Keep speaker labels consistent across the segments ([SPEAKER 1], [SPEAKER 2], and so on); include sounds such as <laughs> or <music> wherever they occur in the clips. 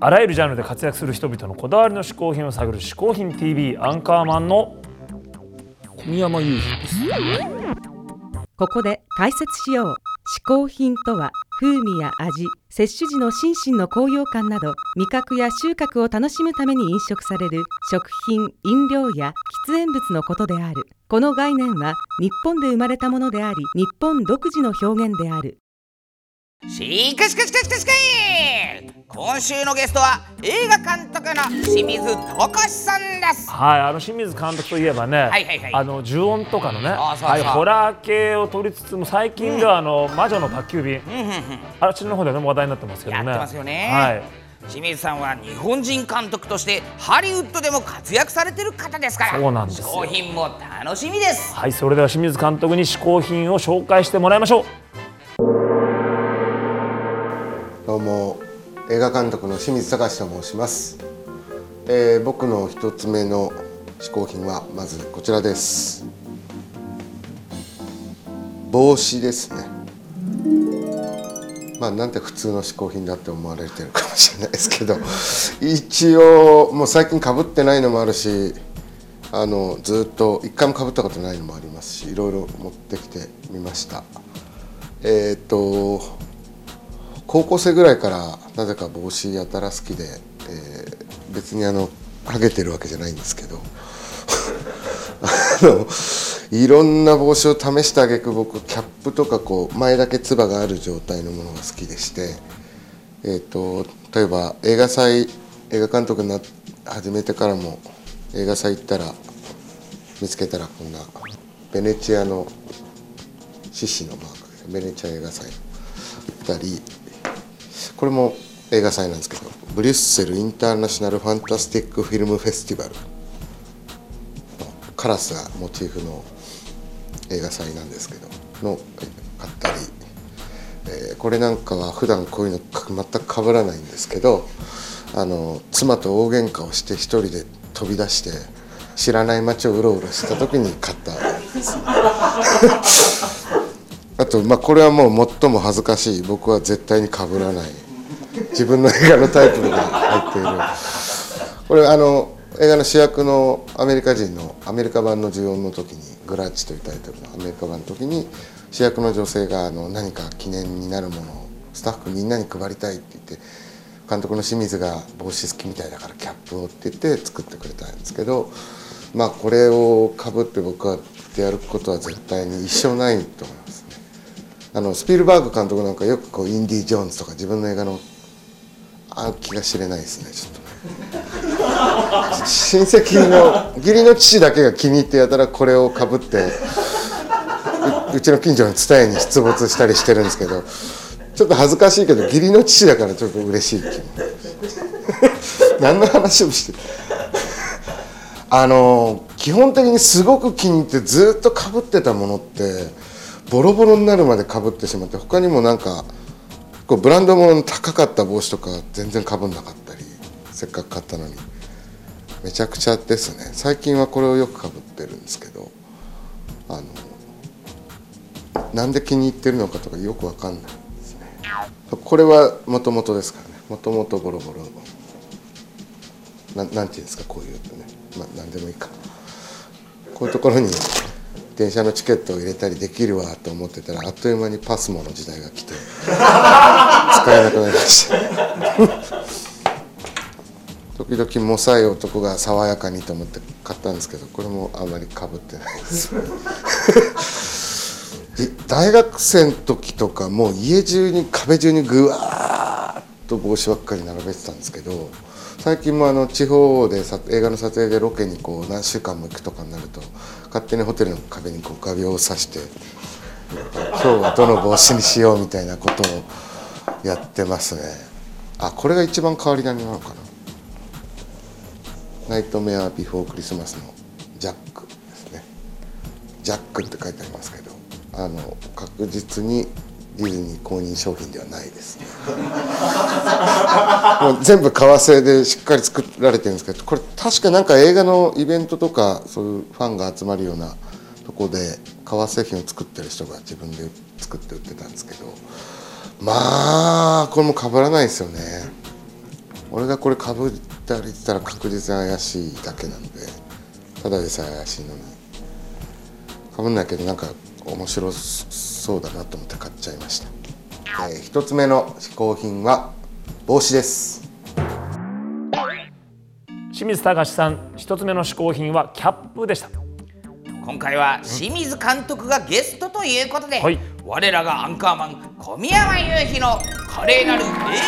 [SPEAKER 1] あらゆるジャンルで活躍する人々のこだわりの嗜好品を探る「嗜好品 TV」アンカーマンの
[SPEAKER 2] 小宮山雄二です
[SPEAKER 3] ここで解説しよう嗜好品とは風味や味摂取時の心身の高揚感など味覚や収穫を楽しむために飲食される食品飲料や喫煙物のことであるこの概念は日本で生まれたものであり日本独自の表現である
[SPEAKER 4] しかしかしかしかしかい今週のゲストは映画監督の清水隆さんです
[SPEAKER 1] はい、あの清水監督といえばね、
[SPEAKER 4] はいはいはい
[SPEAKER 1] あの呪音とかのね、
[SPEAKER 4] あそうそう
[SPEAKER 1] ああいうホラー系を取りつつも最近ではあの、魔女の宅急便、
[SPEAKER 4] うんうんうん
[SPEAKER 1] あっちの方でも話題になってますけどね。
[SPEAKER 4] やってますよね
[SPEAKER 1] はい。
[SPEAKER 4] 清水さんは日本人監督としてハリウッドでも活躍されてる方ですから
[SPEAKER 1] そうなんですよ
[SPEAKER 4] 商品も楽しみです
[SPEAKER 1] はい、それでは清水監督に試行品を紹介してもらいましょう。
[SPEAKER 5] どうも映画監督の清水隆と申します、えー僕の一つ目の嗜好品はまずこちらです帽子ですねまあなんて普通の嗜好品だって思われてるかもしれないですけど一応もう最近かぶってないのもあるしあのずっと一回もかぶったことないのもありますしいろいろ持ってきてみましたえっ、と高校生ぐらいからなぜか帽子やたら好きで、えー別にあのハゲてるわけじゃないんですけど <laughs> あのいろんな帽子を試したあげく僕キャップとかこう前だけつばがある状態のものが好きでして、えー、と例えば映画祭映画監督になっ始めてからも映画祭行ったら見つけたらこんなベネチアの獅子のマークベネチア映画祭ったりこれも映画祭なんですけどブリュッセル・インターナショナル・ファンタスティック・フィルム・フェスティバルのカラスがモチーフの映画祭なんですけどのえ買ったり、えーこれなんかは普段こういうのか全く被らないんですけどあの妻と大喧嘩をして一人で飛び出して知らない街をうろうろした時に買ったあと、まあ、これはもう最も恥ずかしい僕は絶対に被らない自分の映画のタイトルが入っているこれあの映画の主役のアメリカ人のアメリカ版の重音の時に「グラッチ」というタイトルのアメリカ版の時に主役の女性があの何か記念になるものをスタッフみんなに配りたいって言って監督の清水が帽子好きみたいだからキャップをって言って作ってくれたんですけどまあこれを被って僕はやることは絶対に一生ないと思いますね。あのスピルバーグ監督なんかよくこうインディ・ジョーンズとか自分の映画のあ気が知れないですねちょっとね親戚の義理の父だけが気に入ってやたらこれをかぶってううちの近所の蔦屋に出没したりしてるんですけどちょっと恥ずかしいけど義理の父だからちょっと嬉しい気も <laughs> 何の話をしてるあの基本的にすごく気に入ってずっとかぶってたものってボロボロになるまでかぶってしまって他にもなんかこうブランドもの高かった帽子とか全然かぶんなかったりせっかく買ったのにめちゃくちゃですね最近はこれをよくかぶってるんですけどあのなんで気に入ってるのかとかよくわかんないですねこれはもともとですからねもともとボロボロななんていうんですかこういうのねまあ何でもいいかこういうところに電車のチケットを入れたりできるわと思ってたらあっという間にパスモの時代が来て使えなくなりました <laughs> 時々もさい男が爽やかにと思って買ったんですけどこれもあまりかぶってないです <laughs> で大学生の時とかもう家中に壁中にぐわーっと帽子ばっかり並べてたんですけど最近もあの地方でさ映画の撮影でロケにこう何週間も行くとかになると勝手にホテルの壁にこう画鋲を刺して今日はどの帽子にしようみたいなことをやってますねあこれが一番変わり種なのかなナイトメアビフォークリスマスのジャックですねジャックって書いてありますけどあの確実にディズニー公認商品ではないですねもう全部革製でしっかり作られてるんですけどこれ確かなんか映画のイベントとかそういうファンが集まるようなとこで革製品を作ってる人が自分で作って売ってたんですけどまあこれも被らないですよね同俺がこれかぶったりしたら確実に怪しいだけなのでただでさえ怪しいのにかぶんないけどなんか面白そうだなと思って買っちゃいました、えー一つ目の嗜好品は帽子です
[SPEAKER 1] 清水隆さん一つ目の嗜好品はキャップでした
[SPEAKER 4] 今回は清水監督がゲストということで、
[SPEAKER 1] はい
[SPEAKER 4] 我らがアンカーマン小宮山雄飛の華麗なる映画出演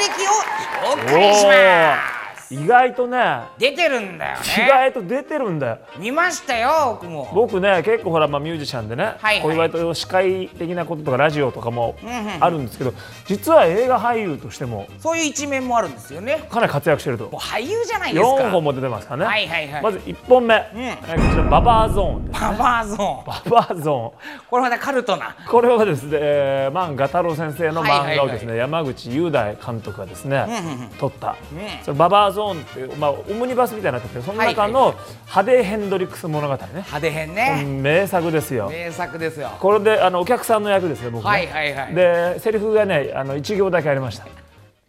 [SPEAKER 4] 歴を紹介し
[SPEAKER 1] お
[SPEAKER 4] ます
[SPEAKER 1] ー意外とね
[SPEAKER 4] 出てるんだよ
[SPEAKER 1] 意
[SPEAKER 4] ね
[SPEAKER 1] 外と出てるんだよ
[SPEAKER 4] 見ましたよ僕も
[SPEAKER 1] 僕ね結構ほら、まあ、ミュージシャンでね、
[SPEAKER 4] はい
[SPEAKER 1] こう意外と司会的なこととかラジオとかも
[SPEAKER 4] んうん
[SPEAKER 1] あるんですけど、実は映画俳優としても
[SPEAKER 4] そういう一面もあるんですよね
[SPEAKER 1] かなり活躍してると
[SPEAKER 4] もう俳優じゃないですか
[SPEAKER 1] 4本も出てますからね、
[SPEAKER 4] はいはいはい
[SPEAKER 1] まず1本目、
[SPEAKER 4] ん
[SPEAKER 1] えーこちらババーゾーンです
[SPEAKER 4] パワーゾーン
[SPEAKER 1] ババーゾーン
[SPEAKER 4] これまたカルトな
[SPEAKER 1] これはですね、えー、漫画太郎先生の
[SPEAKER 4] は
[SPEAKER 1] 漫
[SPEAKER 4] い
[SPEAKER 1] 画
[SPEAKER 4] はい
[SPEAKER 1] を
[SPEAKER 4] はい
[SPEAKER 1] ですね、山口雄大監督がですね、
[SPEAKER 4] うんうん
[SPEAKER 1] 撮った、
[SPEAKER 4] うん
[SPEAKER 1] それババーゾーンっていう、まあ、オムニバスみたいになっててその中の派手ヘンドリックス物語ね、
[SPEAKER 4] 派手編ね、
[SPEAKER 1] うん名作ですよ、
[SPEAKER 4] 名作ですよ
[SPEAKER 1] これであのお客さんの役ですよ僕ね、
[SPEAKER 4] はいはいはい
[SPEAKER 1] でセリフがねあの一行だけありました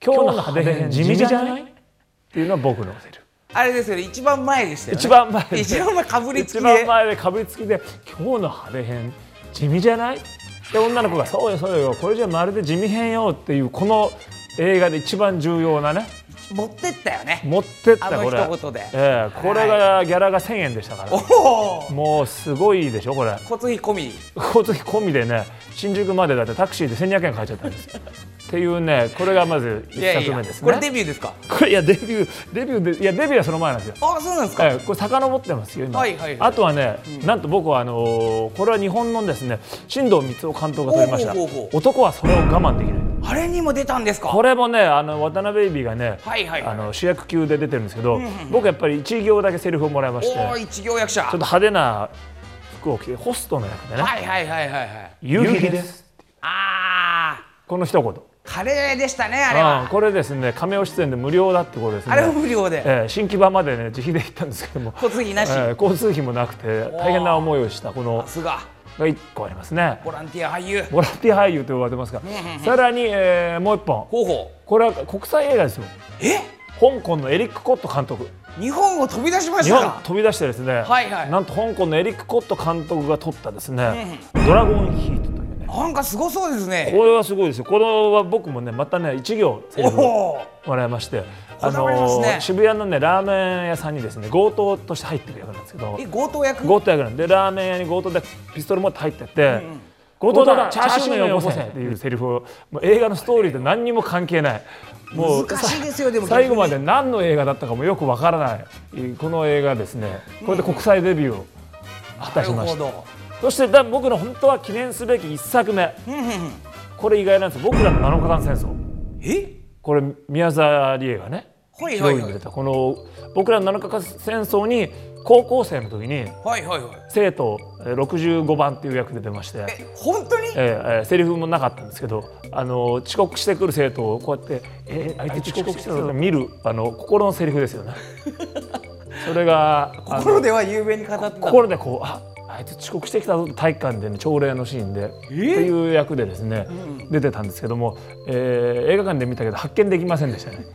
[SPEAKER 1] 今日の派手編地味じゃないっていうのは僕のセリフ
[SPEAKER 4] あれですよね一番前でしたよね
[SPEAKER 1] 一番前で
[SPEAKER 4] 一番前かぶりつき
[SPEAKER 1] 一
[SPEAKER 4] で
[SPEAKER 1] 番前でかぶりつきで今日の派手編地味じゃないで女の子がそうよそうよこれじゃまるで地味編よっていうこの映画で一番重要なね
[SPEAKER 4] 持ってったよね
[SPEAKER 1] 持ってった
[SPEAKER 4] あの
[SPEAKER 1] これ
[SPEAKER 4] 一言で
[SPEAKER 1] ええこれがギャラが1000円でしたから、
[SPEAKER 4] おお
[SPEAKER 1] もうすごいでしょこれ
[SPEAKER 4] 交通費込み
[SPEAKER 1] 交通費込みでね新宿までだってタクシーで1200円買っちゃったんですよっていうねこれがまず
[SPEAKER 4] い
[SPEAKER 1] 1
[SPEAKER 4] やいや
[SPEAKER 1] 作目ですね
[SPEAKER 4] これデビューですか
[SPEAKER 1] これいやデビューデビューでいやデビューはその前なんですよ
[SPEAKER 4] あそうなんですか、
[SPEAKER 1] ええこれ遡ってますよ今、
[SPEAKER 4] はいはいはい
[SPEAKER 1] あとはね、なんと僕はあのーこれは日本のですね新藤光雄監督が撮りました
[SPEAKER 4] ほうほうほうほ
[SPEAKER 1] 男はそれを我慢できない
[SPEAKER 4] あれにも出たんですか
[SPEAKER 1] これもねあの渡辺ベイビーがね、
[SPEAKER 4] はいはいはい
[SPEAKER 1] あの主役級で出てるんですけど、僕やっぱり1行だけセリフをもらいましてち
[SPEAKER 4] お
[SPEAKER 1] ょ
[SPEAKER 4] お
[SPEAKER 1] っ
[SPEAKER 4] 一行役者
[SPEAKER 1] と派手な服を着てホストの役でね
[SPEAKER 4] はいはいはいはいはい
[SPEAKER 1] 「夕日です」
[SPEAKER 4] あー
[SPEAKER 1] この一言
[SPEAKER 4] カレーでしたねあれ
[SPEAKER 1] うん
[SPEAKER 4] は
[SPEAKER 1] これですね亀尾出演で無料だってことですね
[SPEAKER 4] あれも無料で
[SPEAKER 1] えー新木場までね自費で行ったんですけども
[SPEAKER 4] 交通費なし
[SPEAKER 1] えー交通費もなくて大変な思いをしたこの
[SPEAKER 4] さすが
[SPEAKER 1] が1個ありますね
[SPEAKER 4] ボランティア俳優
[SPEAKER 1] ボランティア俳優と呼ばれてますがさらに、えーもう1本
[SPEAKER 4] 候補
[SPEAKER 1] これは国際映画ですよ
[SPEAKER 4] え
[SPEAKER 1] 香港のエリック・コット監督
[SPEAKER 4] 日本を飛び出しまし
[SPEAKER 1] 日
[SPEAKER 4] た
[SPEAKER 1] 本
[SPEAKER 4] か
[SPEAKER 1] 飛び出してですね、
[SPEAKER 4] はいはい
[SPEAKER 1] なんと香港のエリック・コット監督が撮ったですね「ドラゴンヒート」というね
[SPEAKER 4] なんかすごそうですね
[SPEAKER 1] これはすごいですよこれは僕もねまたね一行セリ
[SPEAKER 4] お
[SPEAKER 1] フを
[SPEAKER 4] おー
[SPEAKER 1] もらいまして、
[SPEAKER 4] こだわりますね
[SPEAKER 1] ー渋谷のねラーメン屋さんにですね強盗として入ってくる役なんですけど
[SPEAKER 4] え、強盗役
[SPEAKER 1] 強盗役なんでラーメン屋に強盗でピストル持って入ってって、強盗だチャーシュー麺を起こせっていうセリフをもう映画のストーリーと何にも関係ない。もう
[SPEAKER 4] 難しいですよでも
[SPEAKER 1] さ最後まで何の映画だったかもよくわからないこの映画ですねこれで国際デビューを果たしました、
[SPEAKER 4] ど
[SPEAKER 1] そしてだ僕の本当は記念すべき1作目
[SPEAKER 4] うんうんうん
[SPEAKER 1] これ意外なんですよ僕らの7日間戦争
[SPEAKER 4] え
[SPEAKER 1] これ宮沢りえがね
[SPEAKER 4] はい
[SPEAKER 1] ヒ
[SPEAKER 4] は
[SPEAKER 1] ロイ
[SPEAKER 4] い
[SPEAKER 1] ン
[SPEAKER 4] は
[SPEAKER 1] で
[SPEAKER 4] い
[SPEAKER 1] 出たこの僕らの7日間戦争に高校生の時に
[SPEAKER 4] はいはいはい
[SPEAKER 1] 生徒えー65番っていう役で出まして、
[SPEAKER 4] え本当に
[SPEAKER 1] えーえーセリフもなかったんですけどあのー遅刻してくる生徒をこうやって「えー、相手遅刻してるの?」見るあの心のセリフですよ <laughs> ね。それがあの
[SPEAKER 4] 心では雄弁に語ってた
[SPEAKER 1] 心でこうああいつ遅刻してきたぞと体育館で、ね、朝礼のシーンでっていう役でですね、出てたんですけども、えー映画館で見たけど発見できませんでしたね。 <laughs>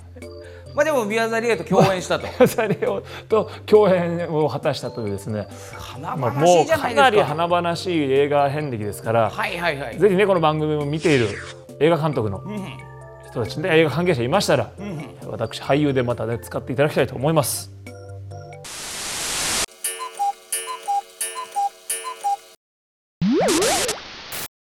[SPEAKER 4] まあでも宮沢りえと共演したと
[SPEAKER 1] サリオと共演を果たしたというですね、
[SPEAKER 4] 華
[SPEAKER 1] <laughs> まあ、も
[SPEAKER 4] 々し
[SPEAKER 1] う
[SPEAKER 4] いじゃな
[SPEAKER 1] か
[SPEAKER 4] いですか
[SPEAKER 1] なり華々しい映画遍歴ですから、
[SPEAKER 4] はいはいはい
[SPEAKER 1] ぜひねこの番組を見ている映画監督の
[SPEAKER 4] うんうん
[SPEAKER 1] 人たちで映画関係者いましたら、
[SPEAKER 4] ん
[SPEAKER 1] 私俳優でまたね使っていただきたいと思います。